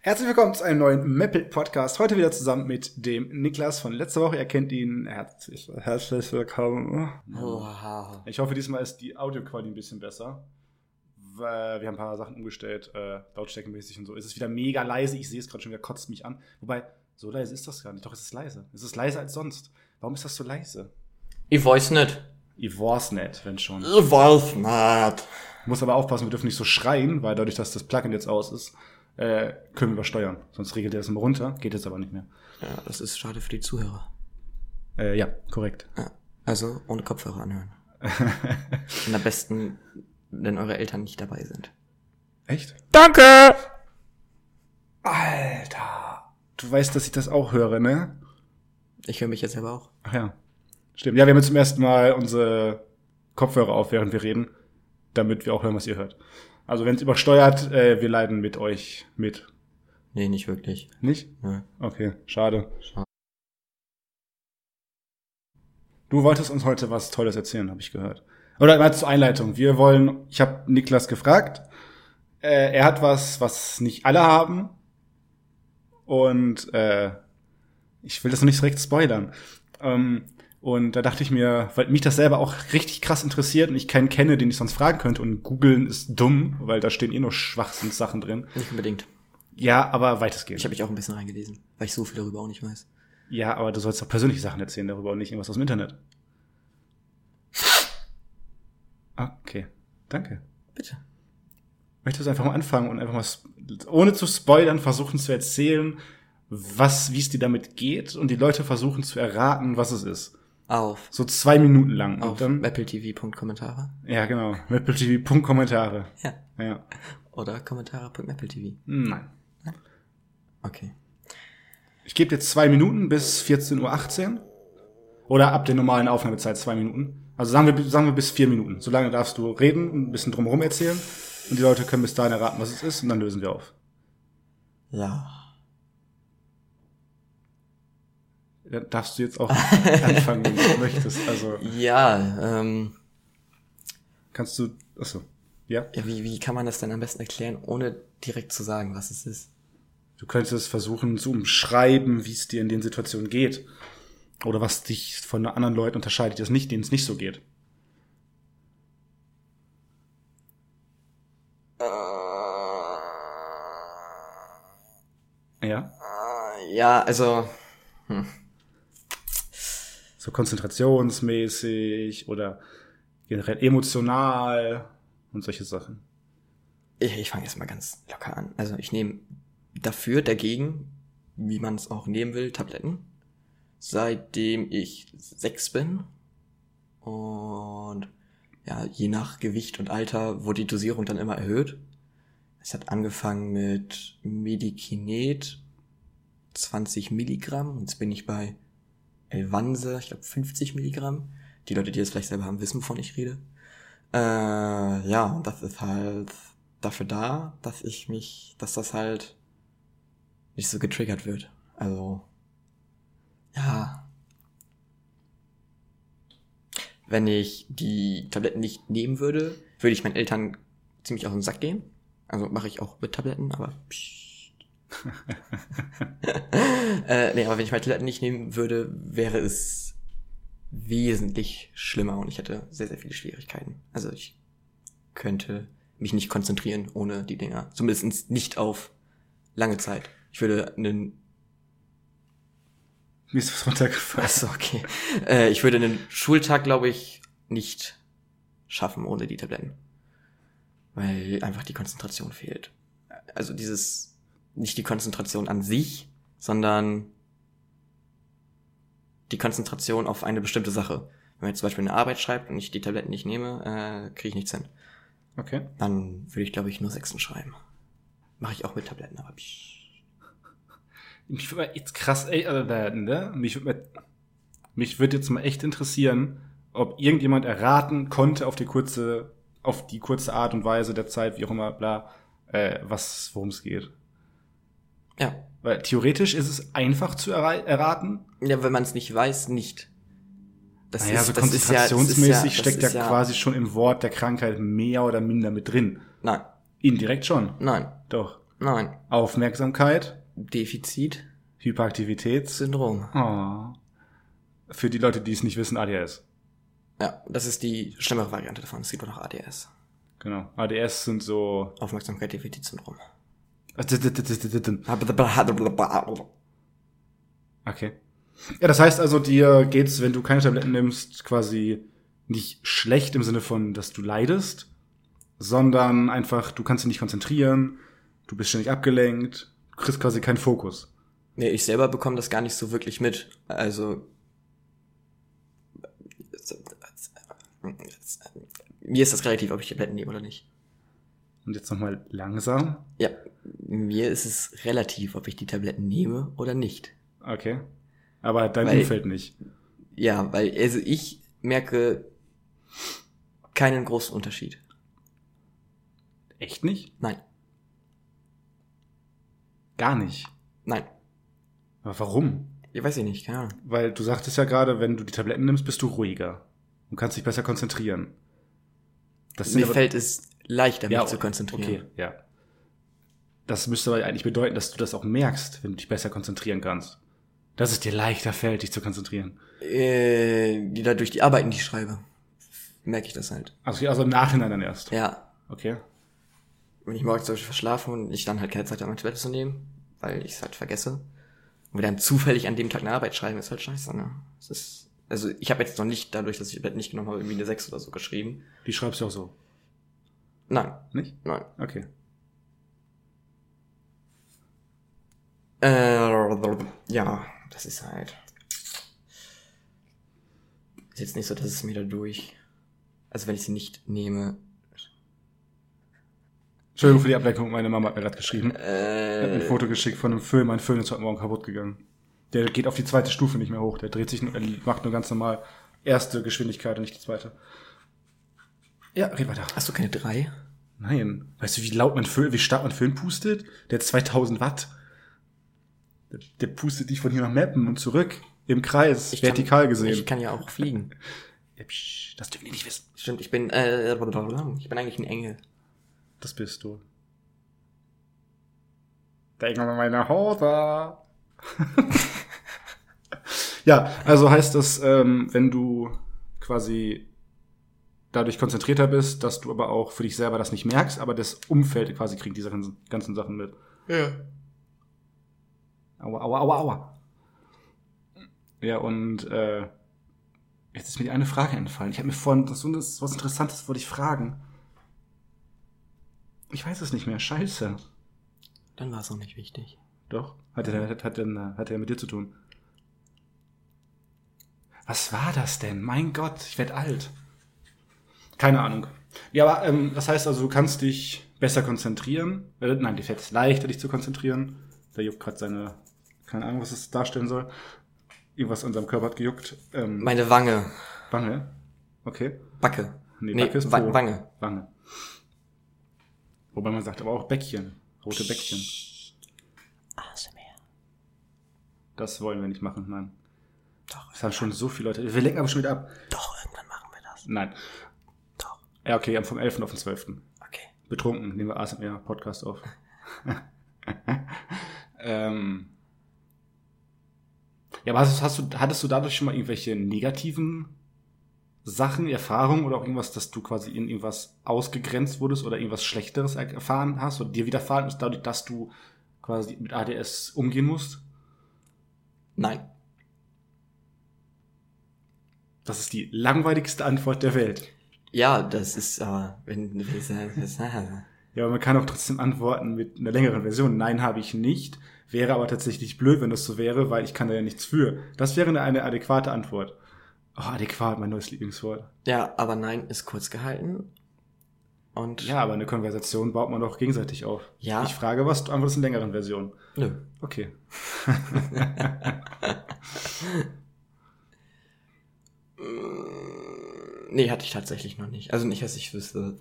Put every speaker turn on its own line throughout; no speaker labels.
Herzlich willkommen zu einem neuen Mappel Podcast. Heute wieder zusammen mit dem Niklas von letzter Woche. Ihr kennt ihn. Herzlich, herzlich willkommen.
Oh. Wow.
Ich hoffe, diesmal ist die Audioqualität ein bisschen besser. Weil Wir haben ein paar Sachen umgestellt, äh, lautstärkenmäßig und so. Es ist wieder mega leise. Ich sehe es gerade schon wieder, kotzt mich an. Wobei, so leise ist das gar nicht. Doch, es ist leise. Es ist leiser als sonst. Warum ist das so leise?
Ich weiß nicht.
Ich war's nicht, wenn schon.
Ich weiß nicht.
Muss aber aufpassen, wir dürfen nicht so schreien, weil dadurch, dass das Plugin jetzt aus ist, äh, können wir übersteuern. Sonst regelt er das immer runter, geht jetzt aber nicht mehr.
Ja, das ist schade für die Zuhörer.
Äh, ja, korrekt.
Ja. Also ohne Kopfhörer anhören. Und am besten, wenn eure Eltern nicht dabei sind.
Echt?
Danke!
Alter! Du weißt, dass ich das auch höre, ne?
Ich höre mich jetzt selber auch.
Ach ja. Stimmt. Ja, wir haben jetzt zum ersten Mal unsere Kopfhörer auf, während wir reden, damit wir auch hören, was ihr hört. Also wenn es übersteuert, äh, wir leiden mit euch mit.
Nee, nicht wirklich.
Nicht?
Nö.
Okay, schade.
Schade.
Du wolltest uns heute was Tolles erzählen, habe ich gehört. Oder mal zur Einleitung. Wir wollen, ich habe Niklas gefragt. Äh, er hat was, was nicht alle haben. Und äh, ich will das noch nicht direkt spoilern. Ähm, und da dachte ich mir, weil mich das selber auch richtig krass interessiert und ich keinen kenne, den ich sonst fragen könnte. Und googeln ist dumm, weil da stehen eh nur Schwachsinnssachen drin.
Nicht unbedingt.
Ja, aber weitestgehend.
Ich habe mich auch ein bisschen reingelesen, weil ich so viel darüber auch nicht weiß.
Ja, aber du sollst doch persönliche Sachen erzählen darüber und nicht irgendwas aus dem Internet. Okay, danke.
Bitte.
Möchtest du einfach mal anfangen und einfach mal, sp- ohne zu spoilern, versuchen zu erzählen, was, wie es dir damit geht und die Leute versuchen zu erraten, was es ist.
Auf.
So zwei Minuten lang.
Auf
Und dann,
appletv.kommentare.
ja, genau. MapleTV.Kommentare.
Ja.
Ja.
Oder kommentare.appletv.
Nein.
Okay.
Ich gebe dir zwei Minuten bis 14.18 Uhr. Oder ab der normalen Aufnahmezeit zwei Minuten. Also sagen wir, sagen wir bis vier Minuten. Solange darfst du reden und ein bisschen drumherum erzählen. Und die Leute können bis dahin erraten, was es ist, und dann lösen wir auf.
Ja.
Dann darfst du jetzt auch anfangen, wenn du möchtest. Also
Ja, ähm,
kannst du. Achso. Ja.
ja wie, wie kann man das denn am besten erklären, ohne direkt zu sagen, was es ist?
Du könntest versuchen zu umschreiben, wie es dir in den Situationen geht. Oder was dich von anderen Leuten unterscheidet, das nicht, denen es nicht so geht.
Ah.
Ja.
Ja, also,
So konzentrationsmäßig oder generell emotional und solche Sachen.
ich, ich fange jetzt mal ganz locker an. Also ich nehme dafür, dagegen, wie man es auch nehmen will, Tabletten. Seitdem ich sechs bin. Und ja, je nach Gewicht und Alter wurde die Dosierung dann immer erhöht. Es hat angefangen mit Medikinet 20 Milligramm. Jetzt bin ich bei Elvanse, ich glaube 50 Milligramm. Die Leute, die das vielleicht selber haben, wissen, wovon ich rede. Äh, ja, und das ist halt dafür da, dass ich mich, dass das halt nicht so getriggert wird. Also, ja. Wenn ich die Tabletten nicht nehmen würde, würde ich meinen Eltern ziemlich auf den Sack gehen. Also mache ich auch mit Tabletten, aber pssst. äh, nee, aber wenn ich meine Tabletten nicht nehmen würde, wäre es wesentlich schlimmer und ich hätte sehr, sehr viele Schwierigkeiten. Also ich könnte mich nicht konzentrieren ohne die Dinger. Zumindest nicht auf lange Zeit. Ich würde einen
Mir ist was runtergefallen.
Achso, okay. Äh, ich würde einen Schultag, glaube ich, nicht schaffen ohne die Tabletten. Weil einfach die Konzentration fehlt. Also dieses, nicht die Konzentration an sich, sondern die Konzentration auf eine bestimmte Sache. Wenn man jetzt zum Beispiel eine Arbeit schreibt und ich die Tabletten nicht nehme, äh, kriege ich nichts hin.
Okay.
Dann würde ich, glaube ich, nur Sechsen schreiben. Mache ich auch mit Tabletten, aber psch.
Mich würde mal jetzt krass, ey, äh, werden, ne? Mich würde mal- mich würde jetzt mal echt interessieren, ob irgendjemand erraten konnte auf die kurze, auf die kurze Art und Weise der Zeit, wie auch immer, bla, äh, was, worum es geht.
Ja.
Weil theoretisch ist es einfach zu errei- erraten.
Ja, wenn man es nicht weiß, nicht. Das
naja, so
das ist ja- das ist ja-
konzentrationsmäßig
das
steckt ja,
ist
quasi schon im Wort der Krankheit mehr oder minder mit drin.
Nein,
Indirekt schon.
nein,
Doch.
Nein.
Aufmerksamkeit,
Defizitsyndrom.
Hyperaktivitäts. Oh. Für die Leute, die es nicht wissen, ADS.
Ja, das ist die schlimmere Variante davon. Es gibt auch noch ADS.
Genau. ADS sind so.
Aufmerksamkeit, Defizitsyndrom.
Okay. Ja, das heißt also, dir geht's, wenn du keine Tabletten nimmst, quasi nicht schlecht im Sinne von, dass du leidest, sondern einfach, du kannst dich nicht konzentrieren, du bist ständig abgelenkt, du kriegst quasi keinen Fokus.
Nee, ich selber bekomme das gar nicht so wirklich mit. Also. Mir ist das relativ, ob ich Tabletten nehme oder nicht.
Und jetzt nochmal langsam.
Ja, mir ist es relativ, ob ich die Tabletten nehme oder nicht.
Okay. Aber dein
Weil-
Umfeld nicht.
Ja, weil also ich merke keinen großen Unterschied.
Echt nicht?
Nein,
Gar nicht.
nein.
Aber warum?
Ich weiß ich nicht, keine Ahnung.
Weil du sagtest ja gerade, wenn du die Tabletten nimmst, bist du ruhiger und kannst dich besser konzentrieren. Das sind
Mir
aber-
fällt es leichter, mich
Ja,
zu
Okay,
konzentrieren.
ja. Das müsste aber eigentlich bedeuten, dass du das auch merkst, wenn du dich besser konzentrieren kannst. Dass es dir leichter fällt, dich zu konzentrieren.
Äh, die dadurch die Arbeiten, die ich schreibe, merke ich das halt.
Also, also im Nachhinein dann erst.
Ja,
Okay.
wenn ich morgens zum Beispiel verschlafen und ich dann halt keine Zeit habe, mein Tablet zu nehmen, weil ich es halt vergesse. Und wir dann zufällig an dem Tag eine Arbeit schreiben, ist halt scheiße, ne? Es ist, also ich habe jetzt noch nicht, dadurch, dass ich Tablet nicht genommen habe, irgendwie eine 6 oder so geschrieben.
Die schreibst du auch so,
Nein,
nicht?
nein.
Okay.
Äh, ja, das ist halt. Ist jetzt nicht so, dass es mir dadurch. Also wenn ich sie nicht nehme.
Entschuldigung für die Ablenkung, meine Mama hat mir gerade geschrieben. Hat mir ein
Äh,
Foto geschickt von einem Film. Mein Film ist heute Morgen kaputt gegangen. Der geht auf die zweite Stufe nicht mehr hoch. Der dreht sich, nur- er macht nur ganz normal erste Geschwindigkeit und nicht die zweite. Ja, red weiter.
hast du keine drei?
Nein. Weißt du, wie laut man Föhn, wie stark man Föhn pustet? Der hat 2000 Watt. Der, der pustet dich von hier nach Meppen und zurück. Im Kreis,
Ich kann-
vertikal
Ich
gesehen.
kann ja auch fliegen.
Ja, psch, das dürfen die nicht wissen.
Stimmt, ich bin äh, ich bin eigentlich ein Engel.
Das bist du. Denk mal an meine Horde. ja, also heißt das, ähm, wenn du quasi dadurch konzentrierter bist, dass du aber auch für dich selber das nicht merkst, aber das Umfeld quasi kriegt diese ganzen- ganzen Sachen mit.
Ja.
Aua, aua, aua, aua. Ja, und äh, jetzt ist mir die eine Frage entfallen. Ich habe mir vorhin das, so das was Interessantes wollte ich fragen. Ich weiß es nicht mehr. Scheiße.
Dann war es auch nicht wichtig.
Doch. Hat er hat, hat, er- hat er mit dir zu tun? Was war das denn? Mein Gott, ich werd alt. Keine Ahnung. Ja, aber ähm, das heißt also, du kannst dich besser konzentrieren. Äh, nein, dir fällt es leichter, dich zu konzentrieren. Der juckt gerade seine, keine Ahnung, was es darstellen soll. Irgendwas an seinem Körper hat gejuckt. Ähm,
Meine Wange.
Wange. Okay.
Backe.
Nee,
Nee,
Backe ist
Wa
Po.
Wange.
Wange. Wobei man sagt aber auch Bäckchen. Rote Bäckchen.
ASMR.
Das wollen wir nicht machen, nein.
Doch,
Das haben schon so viele Leute. Wir lenken aber schon wieder ab.
doch, irgendwann machen wir das.
Nein.
Doch.
Ja, okay, vom 11. auf den 12.
Okay.
Betrunken nehmen wir ASMR-Podcast auf. ähm. Ja, aber hast, hast du, hattest du dadurch schon mal irgendwelche negativen Sachen, Erfahrungen oder auch irgendwas, dass du quasi in irgendwas ausgegrenzt wurdest oder irgendwas Schlechteres er- erfahren hast oder dir widerfahren ist, dadurch, dass du quasi mit ADS umgehen musst?
Nein.
Das ist die langweiligste Antwort der Welt.
Ja, das ist aber, wenn, wenn äh, ich sage, das,
Ja, aber man kann auch trotzdem antworten mit einer längeren Version. Nein, habe ich nicht. Wäre aber tatsächlich blöd, wenn das so wäre, weil ich kann da ja nichts für. Das wäre eine, eine adäquate Antwort. Oh, adäquat, mein neues Lieblingswort.
ja, aber nein ist kurz gehalten. Und
Ja, aber eine Konversation baut man doch gegenseitig auf.
Ja.
Ich frage was, du antwortest in längeren Version.
nö.
Okay.
Mm, Nee, hatte ich tatsächlich noch nicht. Also nicht, dass ich wüsste,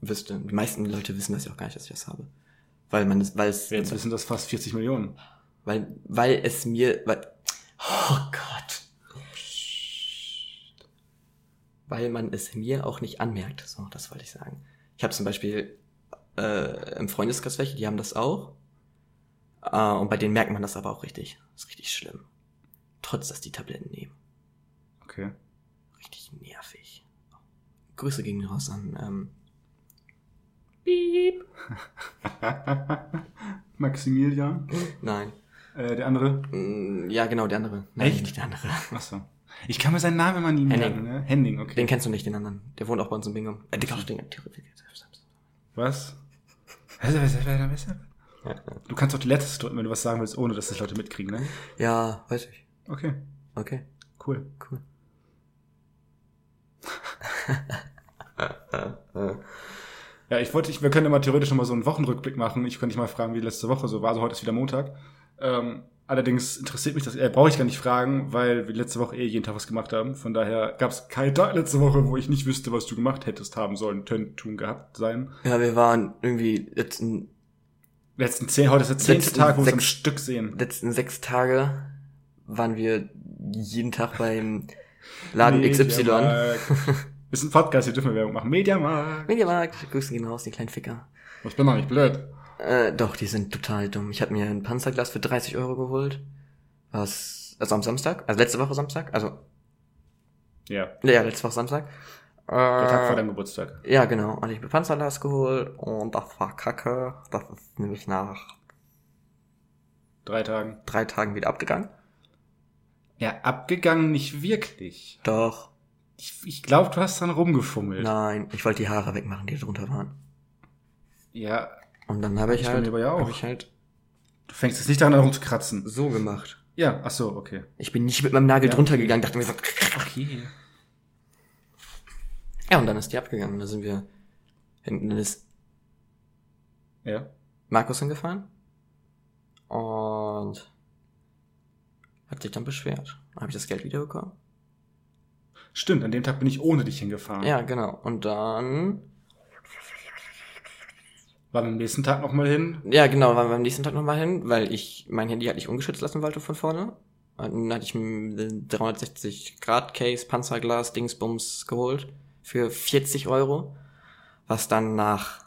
wüsste. Die meisten Leute wissen das ja auch gar nicht, dass ich das habe. Weil man es, weil es
Jetzt wissen das fast 40 Millionen.
Weil, weil es mir, weil, oh Gott. Weil man es mir auch nicht anmerkt, so, das wollte ich sagen. Ich habe zum Beispiel äh, im Freundeskreis welche, die haben das auch. Äh, und bei denen merkt man das aber auch richtig. Das ist richtig schlimm. Trotz, dass die Tabletten nehmen.
Okay.
Richtig nervig. Grüße gegen raus an. Ähm,
Maximilian,
nein.
äh, der andere.
Mm, Ja, genau, der andere. Nein,
Echt?
Nicht der andere.
Achso. Ich kann mir seinen Namen immer nie merken,
Henning.
ne? Henning, okay.
Den kennst du nicht, den anderen. Der wohnt auch bei uns im Bingham. Äh, der den
Was? Du kannst auch die letzte drücken, wenn du was sagen willst, ohne dass das Leute mitkriegen, ne?
Ja, weiß ich.
Okay,
Okay,
cool.
cool.
Ah,
ja,
Ja, ich wollte, ich, wir können ja mal theoretisch nochmal so einen Wochenrückblick machen. Ich könnte dich mal fragen, wie die letzte Woche so war. Also heute ist wieder Montag. Ähm, allerdings interessiert mich das, äh, brauche ich gar nicht fragen, weil wir letzte Woche eh jeden Tag was gemacht haben. Von daher gab es keinen Tag letzte Woche, wo ich nicht wüsste, was du gemacht hättest haben sollen, tön- tun gehabt sein.
wir waren irgendwie letzten,
Letzten zehn, heute ist der zehnte
Letzten
Tag, wo wir uns am
sechs-
Stück sehen.
letzten sechs Tage waren wir jeden Tag beim Laden XY.
Mediamarkt. Ist ein Podcast, hier dürfen wir Werbung machen. Mediamarkt.
Mediamarkt, Grüße gehen raus, die kleinen Ficker.
Ich bin doch nicht blöd.
Äh, doch, die sind total dumm. Ich habe mir ein Panzerglas für 30 Euro geholt. Was? Also am Samstag? Also letzte Woche Samstag? Also,
Ja,
ja, letzte Woche Samstag. Äh,
der Tag vor deinem Geburtstag.
Ja, genau. Und ich hab mir Panzerglas geholt und das war kacke. Das ist nämlich nach
Drei Tagen.
drei Tagen wieder abgegangen.
Ja, abgegangen nicht wirklich.
Doch.
Ich, ich glaube, du hast dann rumgefummelt.
Nein, ich wollte die Haare wegmachen, die drunter waren.
Ja,
Und dann habe ich,
Ich bin
halt,
aber ja auch.
hab ich halt
du fängst jetzt nicht daran, an rumzukratzen.
so gemacht.
Ja, ach so, okay.
Ich bin nicht mit meinem Nagel
Ja,
drunter
okay.
gegangen, dachte mir so.
Okay.
Ja, und dann ist die abgegangen. Da sind wir hinten ist
Ja.
Markus hingefahren. Und hat sich dann beschwert. Dann habe ich das Geld wiederbekommen.
Stimmt, an dem Tag bin ich ohne dich hingefahren.
Ja, genau. Und dann
War am nächsten Tag nochmal hin.
Ja, genau, waren wir am nächsten Tag nochmal hin, weil ich mein Handy halt nicht ungeschützt lassen wollte von vorne. Und dann hatte ich ein 360-Grad-Case, Panzerglas, Dingsbums geholt für 40 Euro, was dann nach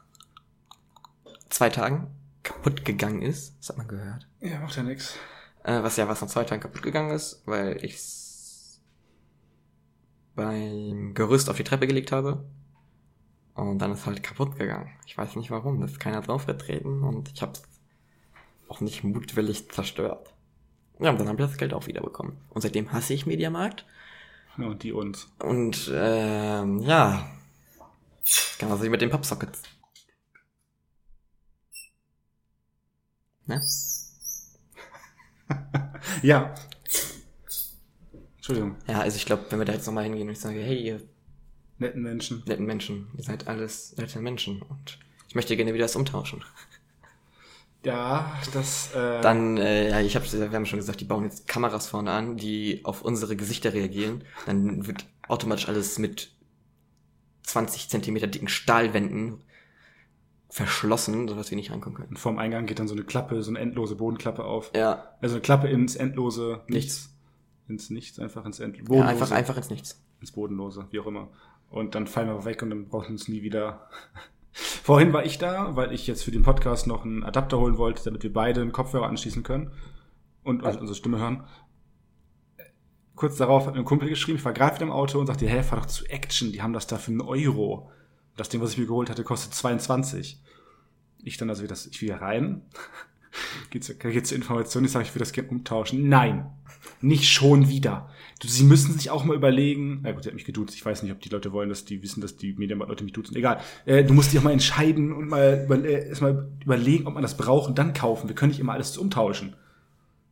zwei Tagen kaputt gegangen ist. Das hat man gehört.
Ja, macht ja nix.
Äh, was ja was nach zwei Tagen kaputt gegangen ist, weil ich's beim Gerüst auf die Treppe gelegt habe. Und dann ist halt kaputt gegangen. Ich weiß nicht warum, da ist keiner draufgetreten und ich hab's auch nicht mutwillig zerstört. Ja, und dann hab ich das Geld auch wiederbekommen. Und seitdem hasse ich Mediamarkt.
Ja, und die uns.
Und ähm, ja. Kann man sich mit den Popsockets. Ne?
Ja. Entschuldigung.
Ja, also ich glaube, wenn wir da jetzt nochmal hingehen und ich sage, hey, ihr
Netten Menschen.
netten Menschen. Ihr seid alles nette Menschen und ich möchte gerne wieder das umtauschen.
Ja, das, äh,
Dann, äh, ja, ich hab's, wir haben schon gesagt, die bauen jetzt Kameras vorne an, die auf unsere Gesichter reagieren. Dann wird automatisch alles mit 20 Zentimeter dicken Stahlwänden verschlossen, sodass wir nicht reinkommen können.
Und vorm Eingang geht dann so eine Klappe, so eine endlose Bodenklappe auf.
Ja,
Also eine Klappe ins endlose
Nichts.
Ins Nichts, einfach ins endlose.
ja einfach, einfach ins Nichts.
ins Bodenlose, wie auch immer. Und dann fallen wir weg und dann brauchen wir uns nie wieder. Vorhin war ich da, weil ich jetzt für den Podcast noch einen Adapter holen wollte, damit wir beide einen Kopfhörer anschließen können und uns- unsere Stimme hören. Kurz darauf hat mir ein Kumpel geschrieben, ich war gerade wieder im Auto und sagte, hey, fahr doch zu Action, die haben das da für einen Euro. Das Ding, was ich mir geholt hatte, kostet 22. Ich dann also wieder, ich wieder rein, geht zur, geht zur Information, ich sage, ich würde das gerne umtauschen. Nein, nicht schon wieder. Du, sie müssen sich auch mal überlegen. Na gut, sie hat mich geduzt. Ich weiß nicht, ob die Leute wollen, dass die wissen, dass die Medienmarkt-Leute mich duzen. Egal. Äh, du musst dich auch mal entscheiden und mal über, äh, erstmal überlegen, ob man das braucht und dann kaufen. Wir können nicht immer alles umtauschen.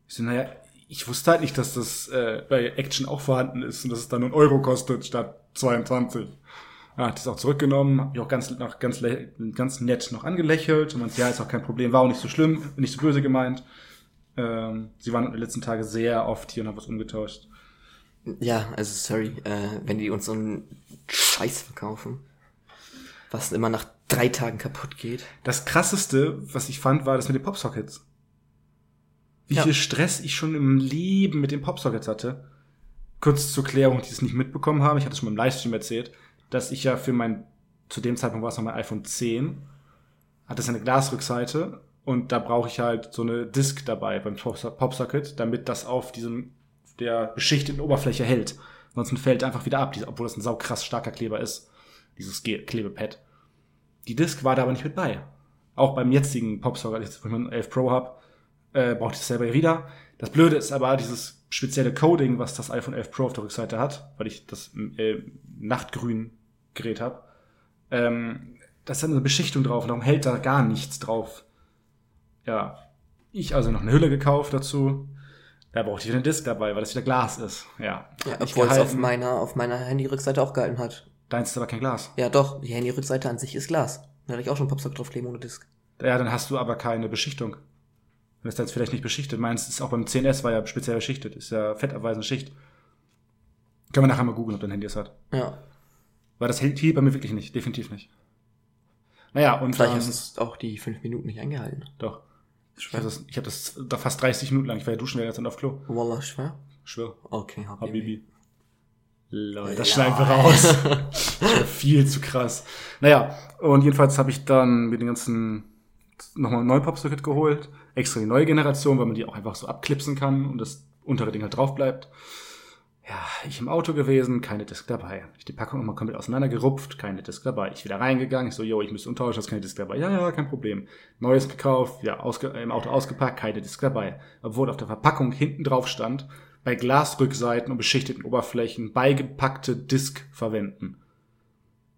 Ich so, naja, ich wusste halt nicht, dass das äh, bei Action auch vorhanden ist und dass es dann einen Euro kostet statt 22. Ja, hat das auch zurückgenommen, hab mich auch ganz, noch, ganz, lä- ganz nett noch angelächelt und meinte, ja, ist auch kein Problem, war auch nicht so schlimm, nicht so böse gemeint. Ähm, sie waren die letzten Tage sehr oft hier und haben was umgetauscht.
Ja, also sorry, äh, wenn die uns so einen Scheiß verkaufen, was immer nach drei Tagen kaputt geht.
Das krasseste, was ich fand, war das mit den Popsockets. Wie
Ja.
viel Stress ich schon im Leben mit den Popsockets hatte. Kurz zur Klärung, die es nicht mitbekommen haben. Ich hatte es schon mal im Livestream erzählt, dass ich ja für mein, zu dem Zeitpunkt war es noch mein iPhone 10, hat das eine Glasrückseite und da brauche ich halt so eine Disk dabei beim Pop- Popsocket, damit das auf diesem der beschichteten Oberfläche hält. Ansonsten fällt einfach wieder ab, diese- obwohl das ein saukrass starker Kleber ist, dieses Ge Klebepad. Die Disk war da aber nicht mit bei. Auch beim jetzigen Popsocket, jetzt, wo ich mein 11 Pro habe, äh, brauche ich das selber ja wieder. Das Blöde ist aber dieses spezielle Coding, was das iPhone 11 Pro auf der Rückseite hat, weil ich das äh, nachtgrün Gerät habe. Ähm, da ist dann eine Beschichtung drauf, darum hält da gar nichts drauf. Ja, ich also noch eine Hülle gekauft dazu. Da brauchte ich wieder einen Disk dabei, weil das wieder Glas ist. Ja,
Ja,
Hat nicht
obwohl es auf
gehalten.
meiner, auf meiner Handy-Rückseite auch gehalten hat.
Deins ist aber kein Glas.
Ja, doch, die Handy-Rückseite an sich ist Glas. Da hatte ich auch schon Popsocket draufkleben ohne Disk.
Ja, dann hast du aber keine Beschichtung. Dann ist deins vielleicht nicht beschichtet. Meins ist auch beim 10S war ja speziell beschichtet. Ist ja fettabweisende Schicht. Können wir nachher mal googeln, ob dein Handy es hat.
Ja,
Weil das hielt hielt bei mir wirklich nicht. Definitiv nicht. Naja, und
vielleicht
ähm,
hast du es auch die fünf Minuten nicht eingehalten.
Doch. Ich habe das, ich hab das da fast 30 Minuten lang. Ich war ja duschen während dann auf Klo.
Wallah, schwer?
Schwör.
Okay, hab
Habibi. Leute,
Lol.
das schneiden wir raus. Das wär viel zu krass. Naja, und jedenfalls habe ich dann mit den ganzen nochmal einen neuen Popsocket geholt. Extra die neue Generation, weil man die auch einfach so abklipsen kann und das untere Ding halt drauf bleibt. Ja, ich im Auto gewesen, keine Disk dabei. Ich die Packung nochmal komplett auseinandergerupft, keine Disk dabei. Ich wieder reingegangen, ich so, yo, ich müsste umtauschen, das ist keine Disk dabei. Ja, ja, kein Problem. Neues gekauft, ja, ausge im Auto ausgepackt, keine Disk dabei. Obwohl auf der Verpackung hinten drauf stand, bei Glasrückseiten und beschichteten Oberflächen beigepackte Disk verwenden.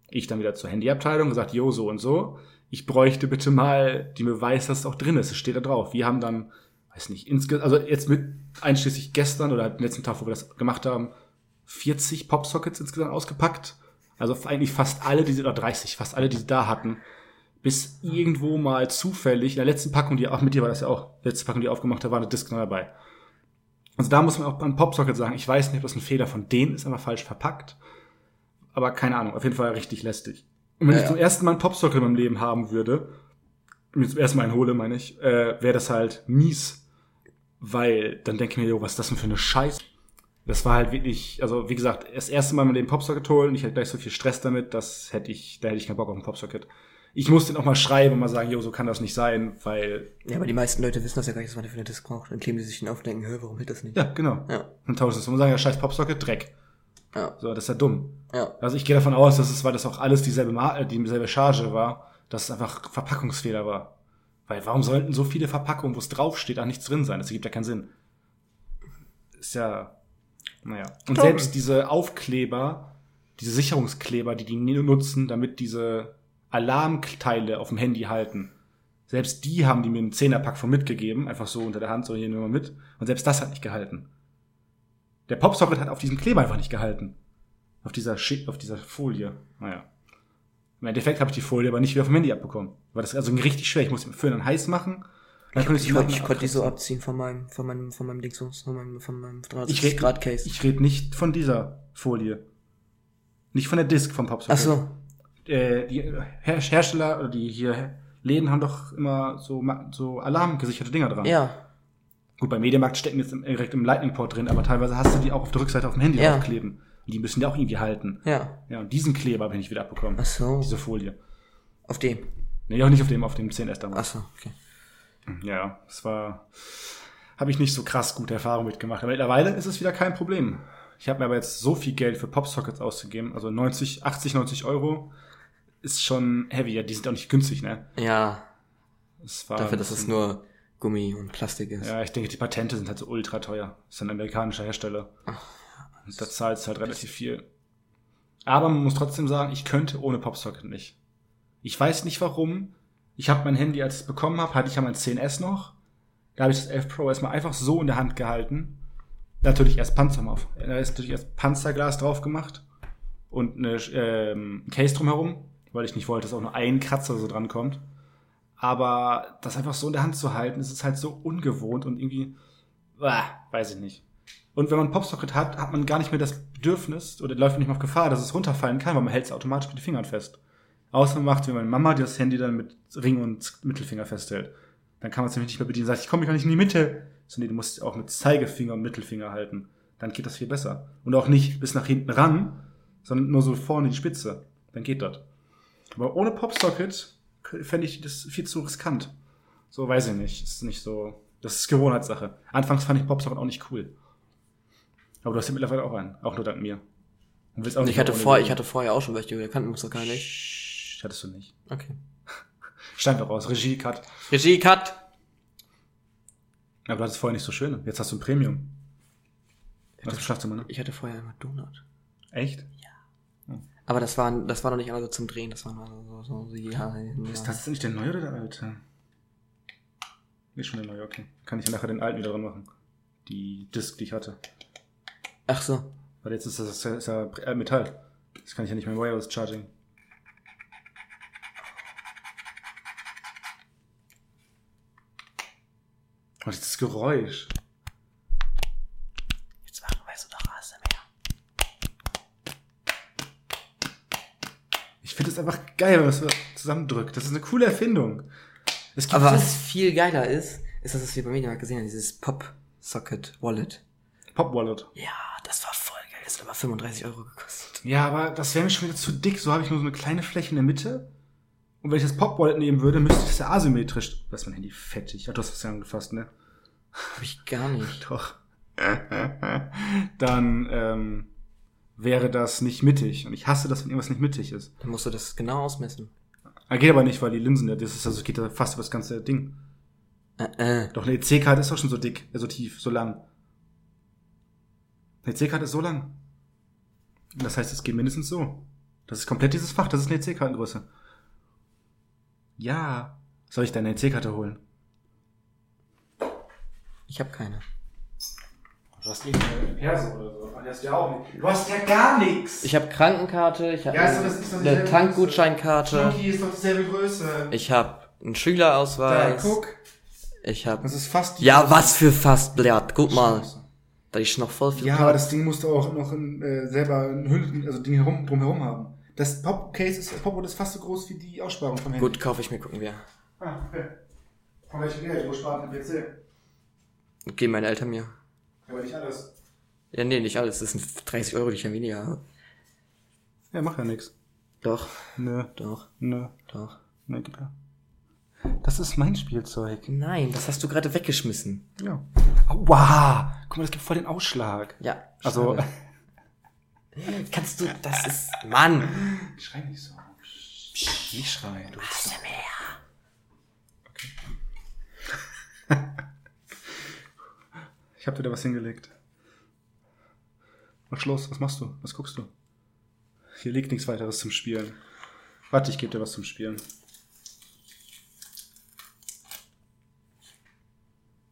Ich dann wieder zur Handyabteilung gesagt, jo, so und so. Ich bräuchte bitte mal den Beweis, dass es auch drin ist. Es steht da drauf. Wir haben dann, weiß nicht, insge also jetzt mit einschließlich gestern oder halt den letzten Tag, wo wir das gemacht haben, 40 Popsockets insgesamt ausgepackt. Also eigentlich fast alle, die sie, oder 30, fast alle, die sie da hatten, bis irgendwo mal zufällig, in der letzten Packung, die, ach, mit dir war das ja auch, letzte Packung, die ich aufgemacht habe, war eine Disk noch dabei. Also da muss man auch an Popsocket sagen, ich weiß nicht, ob das ein Fehler von denen ist, aber falsch verpackt. Aber keine Ahnung, auf jeden Fall richtig lästig. Und wenn
Ja,
ich
ja.
zum ersten Mal einen Popsocket in meinem Leben haben würde, mir zum ersten Mal einen hole, meine ich, äh, wäre das halt mies. Weil dann denke ich mir, jo, was ist das denn für eine Scheiße? Das war halt wirklich, also wie gesagt, das erste Mal mit dem Popsocket holen und ich hatte gleich so viel Stress damit, das hätte ich, da hätte ich keinen Bock auf einen Popsocket. Ich musste den auch mal schreiben und mal sagen, jo, so kann das nicht sein, weil,
Ja, aber die meisten Leute wissen das ja gar nicht, dass man dafür eine Disk braucht. Dann kleben die sich den auf und denken, hä, warum hält das nicht?
ja, genau.
Ja,
Dann tauschen sie es um und sagen, ja, scheiß Popsocket, Dreck.
ja,
So, das ist ja dumm.
ja.
Also ich gehe davon aus, dass es, weil das auch alles dieselbe, Ma äh, dieselbe Charge war, dass es einfach Verpackungsfehler war. Weil warum sollten so viele Verpackungen, wo es draufsteht, auch nichts drin sein? Das ergibt ja keinen Sinn. Ist ja, naja. Und
Glaube
selbst diese Aufkleber, diese Sicherungskleber, die die nu- nutzen, damit diese Alarmteile auf dem Handy halten, selbst die haben die mir im Zehnerpack von mitgegeben, einfach so unter der Hand, so hier nimm mal mit. Und selbst das hat nicht gehalten. Der Popsocket hat auf diesem Kleber einfach nicht gehalten. Auf dieser, Schi- auf dieser Folie. Naja. Im Endeffekt habe ich die Folie aber nicht wieder vom Handy abbekommen. War das also richtig schwer. Ich musste den Föhn dann heiß machen. Dann halt konnte
Ich,
sie
kon-
wieder
ich konnte die so
abkratzen.
abziehen von meinem, von meinem, von meinem Dingsums, von meinem, von meinem
Ich red-
360 Grad Case.
Ich rede nicht von dieser Folie. Nicht von der Disk vom Popsocket.
Ach so,
Äh, die Her Hersteller oder die hier Läden haben doch immer so, ma- so alarmgesicherte Dinger dran.
ja,
Gut, beim Mediamarkt stecken jetzt im, direkt im Lightning-Port drin, aber teilweise hast du die auch auf der Rückseite auf dem Handy
Ja.
draufkleben. Und die müssen ja auch irgendwie halten.
ja.
Ja, und diesen Kleber habe ich nicht wieder abbekommen.
Ach so,
Diese Folie.
auf dem.
Nee, auch nicht auf dem, auf dem 10S damals.
Ach so, okay.
Ja, es war, habe ich nicht so krass gute Erfahrung mitgemacht. Aber mittlerweile ist es wieder kein Problem. Ich habe mir aber jetzt so viel Geld für Popsockets ausgegeben, also 90, 80, 90 Euro ist schon heavy. Ja, die sind auch nicht günstig, ne?
Ja,
Es war
dafür,
ein
dass es
bisschen-
nur Gummi und Plastik ist.
Ja, ich denke, die Patente sind halt so ultra teuer. Das ist ein amerikanischer Hersteller. Und da zahlst du halt relativ viel. Aber man muss trotzdem sagen, ich könnte ohne Popsocket nicht. Ich weiß nicht warum. Ich habe mein Handy, als ich es bekommen habe, hatte ich ja mein 10S noch. Da habe ich das 11 Pro erstmal einfach so in der Hand gehalten. Natürlich erst Panzer auf. äh, Da ist natürlich erst Panzerglas drauf gemacht und eine ähm, Case drumherum, weil ich nicht wollte, dass auch nur ein Kratzer so dran kommt. Aber das einfach so in der Hand zu halten, das ist halt so ungewohnt und irgendwie, ah, weiß ich nicht. Und wenn man Popsocket hat, hat man gar nicht mehr das Bedürfnis oder läuft man nicht mehr auf Gefahr, dass es runterfallen kann, weil man hält es automatisch mit den Fingern fest. Außer man macht wie meine Mama, die das Handy dann mit Ring und Mittelfinger festhält. Dann kann man es nämlich nicht mehr bedienen. Sagt, ich komme gar nicht in die Mitte. So, nee, du musst auch mit Zeigefinger und Mittelfinger halten. Dann geht das viel besser. Und auch nicht bis nach hinten ran, sondern nur so vorne die Spitze. Dann geht das. Aber ohne Popsocket fände ich das viel zu riskant. So weiß ich nicht. Ist nicht so. Das ist Gewohnheitssache. Anfangs fand ich Popsocken auch nicht cool. Aber du hast ja mittlerweile auch einen. Auch nur dank mir. Und willst auch
Und ich hatte,
ohne
vor,
gehen.
ich hatte vorher auch schon welche, der kannten uns doch gar nicht.
Shh, hattest du nicht.
Okay.
Stand doch raus. Regie, Cut.
Regie, Cut!
Aber du hattest vorher nicht so schöne. Jetzt hast du ein Premium. Was schaffst du mal, ne?
Ich hatte vorher immer Donut.
Echt?
Aber das war, das war noch nicht einmal so zum Drehen, das war nur so, so, so ja,
Ist
ja.
das nicht der neue oder der alte? Ist schon der neue, okay. Kann ich ja nachher den alten wieder dran machen. Die Disc, die ich hatte.
Ach so.
Weil jetzt ist das, ist ja- ist ja äh, Metall. Das kann ich ja nicht mehr wireless charging. Oh, dieses Geräusch.
Jetzt machen wir so doch ASMR.
Ich finde es einfach geil, wenn man es so zusammendrückt. Das ist eine coole Erfindung. Es gibt
Aber
so-
was viel geiler ist, ist das, was wir bei mir mal gesehen haben, dieses Pop-Socket-Wallet.
Pop-Wallet.
Ja, das war voll geil. Das hat aber 35 Euro gekostet.
Ja, aber das wäre mir schon wieder zu dick. So habe ich nur so eine kleine Fläche in der Mitte. Und wenn ich das Pop-Wallet nehmen würde, müsste das ja asymmetrisch. Lass mein Handy fettig. Ja, du hast das ja angefasst, ne?
Hab ich gar nicht.
Doch. Dann ähm, wäre das nicht mittig. Und ich hasse das, wenn irgendwas nicht mittig ist.
Dann musst du das genau ausmessen.
Ah, geht aber nicht, weil die Linsen, ja, das ist also geht ja fast über das ganze Ding.
Äh, äh.
Doch eine EC-Karte ist doch schon so dick, äh, so tief, so lang. Eine EC-Karte ist so lang. Das heißt, es geht mindestens so. Das ist komplett dieses Fach, das ist eine EC-Kartengröße. Ja. Soll ich deine EC-Karte holen?
Ich habe keine.
Du hast irgendeine Perse oder so. Du hast ja auch nicht. Du hast ja gar nichts.
Ich habe Krankenkarte, ich habe
Ja, ist doch- das ist doch
eine
dieselbe
Tankgutscheinkarte,
ist doch dieselbe Größe.
ich habe einen Schülerausweis, ich habe...
Das ist fast
Ja, was für fast Blatt. Guck mal, da ist noch voll viel
Ja,
Platz.
aber das Ding musst du auch noch in, äh, selber in Hüllen, also Ding herum, drumherum haben. Das Pop-Case ist, Pop ist fast so groß wie die Aussparung vom Handy.
Gut, kaufe ich mir, gucken wir.
Ah, okay. Von welchem Geld? Wo spart ein PC?
Geben meine Eltern mir.
Aber nicht alles.
Ja, nee, nicht alles. Das sind 30 Euro, die ich ja weniger habe.
Ja, macht ja nix.
Doch,
Nö,
doch,
nö,
doch.
nö, gib her. Das ist mein Spielzeug.
Nein, das hast du gerade weggeschmissen.
Ja. Wow! Guck mal, das gibt voll den Ausschlag.
Ja.
Also,
schade. Kannst du, das ist, Mann.
schrei nicht so. Psst, Nicht schreien. Du Ich hab dir da was hingelegt. Mach Schluss, was machst du? Was guckst du? Hier liegt nichts weiteres zum Spielen. Warte, ich gebe dir was zum Spielen.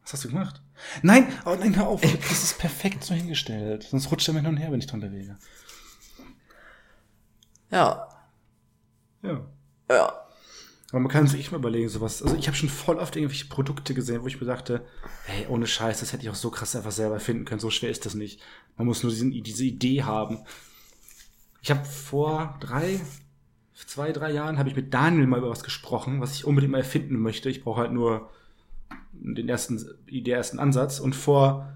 Was hast du gemacht? Nein! Oh nein, hör auf! Das ist perfekt so hingestellt. Sonst rutscht er mir hin und her, wenn ich dran bewege.
Ja,
Ja.
ja.
Aber man kann sich echt mal überlegen, sowas. Also ich habe schon voll oft irgendwelche Produkte gesehen, wo ich mir dachte, hey, ohne Scheiß, das hätte ich auch so krass einfach selber finden können. So schwer ist das nicht. Man muss nur diesen, diese Idee haben. Ich habe vor drei, zwei, drei Jahren habe ich mit Daniel mal über was gesprochen, was ich unbedingt mal erfinden möchte. Ich brauche halt nur den ersten, den ersten Ansatz. Und vor,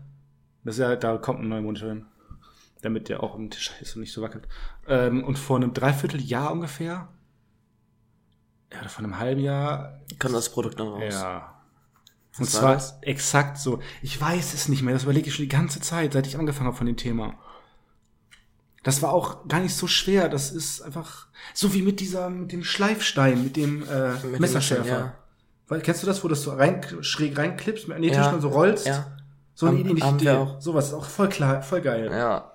das ist ja, da kommt ein neuer Monitor hin, damit der auch am Tisch ist und nicht so wackelt. Ähm, und vor einem Dreivierteljahr ungefähr, ja, oder vor einem halben Jahr,
Kommt das Produkt dann raus.
ja. Und
war
zwar
das?
exakt so. Ich weiß es nicht mehr. Das überlege ich schon die ganze Zeit, seit ich angefangen habe von dem Thema. Das war auch gar nicht so schwer. Das ist einfach so wie mit dieser, mit dem Schleifstein, mit dem äh,
Mit dem
Messerschärfer.
Messer, ja.
Weil, kennst du das, wo du das so rein, schräg reinklippst, magnetisch
Ja.
und so rollst?
Ja.
So eine
Haben-
ähnliche
haben
Idee.
wir auch.
Sowas ist auch voll klar, voll geil.
Ja.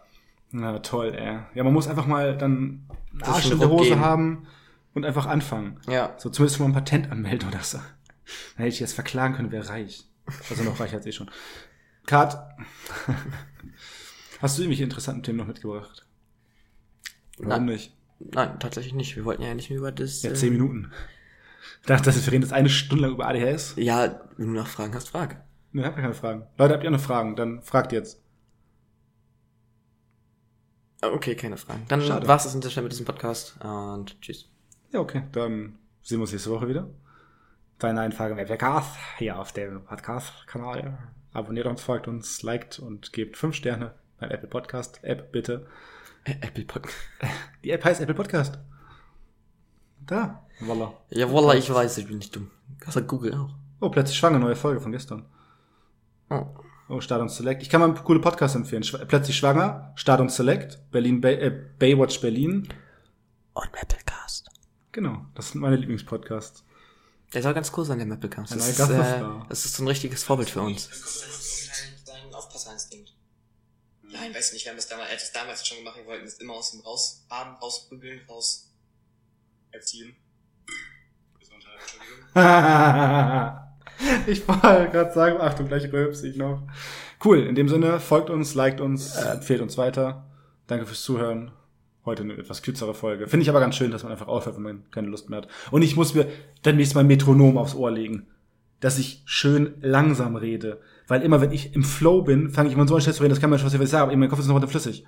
Na toll, ey. Ja, man muss einfach mal dann einen
Das
Arsch
schon
in der Hose
hochgehen.
haben und einfach anfangen.
Ja.
So zumindest schon mal ein Patent anmelden oder so. Dann hätte ich jetzt verklagen können, wäre reich. Also noch reicher als eh schon. Kat, hast du irgendwelche interessanten Themen noch mitgebracht? Warum
Nein,
nicht?
nein, tatsächlich nicht. Wir wollten ja nicht mehr über das.
Ja,
äh,
zehn Minuten. Ich dachte, dass wir reden jetzt eine Stunde lang über ADHS.
Ja, wenn du nach Fragen hast, frag.
Ne, habt ihr keine Fragen. Leute, habt ihr noch Fragen? Dann fragt jetzt.
Ah, Okay, keine Fragen. Dann
Schade.
war's das an dieser Stelle mit diesem Podcast und tschüss.
Ja, okay. Dann sehen wir uns nächste Woche wieder. Bei einer Einfrage mehr Podcast, hier auf dem Podcast-Kanal. Abonniert uns, folgt uns, liked und gebt fünf Sterne beim Apple Podcast-App bitte.
Äh, Ä- Apple Podcast.
Die App heißt Apple Podcast. Da, voila.
Ja, wallah, ich weiß, ich bin nicht dumm. Das hat Google auch.
Oh, plötzlich schwanger, neue Folge von gestern.
Oh.
Oh, Stadion Select. Ich kann mal coole Podcasts empfehlen. Schw plötzlich schwanger, Stadion Select, Berlin Bay äh, Baywatch Berlin.
Und Maplecast.
Genau, das sind meine Lieblingspodcasts.
Der soll ganz cool sein, der Maplecast.
Ein
Das, ist,
neuer Gast ist
äh,
da.
das ist so ein richtiges Vorbild für uns.
dein Aufpasser instinkt Nein, weiß nicht, wir haben das damals, als wir es damals schon gemacht haben, wir wollten es immer aus ihm raushaben, rausprügeln, raus erziehen. Gesundheit, Entschuldigung.
ich wollte gerade sagen, Achtung, gleich rülps ich noch. Cool, in dem Sinne, folgt uns, liked uns, empfehlt uns weiter. Danke fürs Zuhören. Heute eine etwas kürzere Folge. Finde ich aber ganz schön, dass man einfach aufhört, wenn man keine Lust mehr hat. Und ich muss mir dann nächstes Mal ein Metronom aufs Ohr legen, dass ich schön langsam rede. Weil immer, wenn ich im Flow bin, fange ich immer so an, schnell zu reden, das kann man schon was ich sage, aber in meinem Kopf ist es noch weiter flüssig.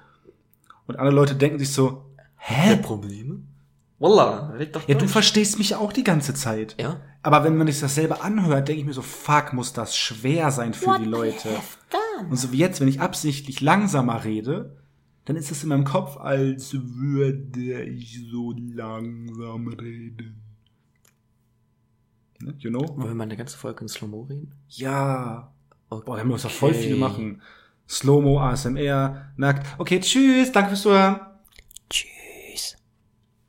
Und andere Leute denken sich so,
Der
hä?
Probleme? Wallah, red doch
Ja, du
durch.
verstehst mich ja auch die ganze Zeit.
Ja.
Aber wenn man sich das selber anhört, denke ich mir so, fuck, muss das schwer sein für die Leute. Und so wie jetzt, wenn ich absichtlich langsamer rede, dann ist es in meinem Kopf, als würde ich so langsam reden. Ne? You know?
Wollen wir mal eine ganze Folge in Slow-Mo reden?
Ja.
Okay.
Boah, da müssen wir voll viel machen. Slow-Mo, ASMR, nackt. Okay, tschüss, danke fürs Zuhören.
Tschüss.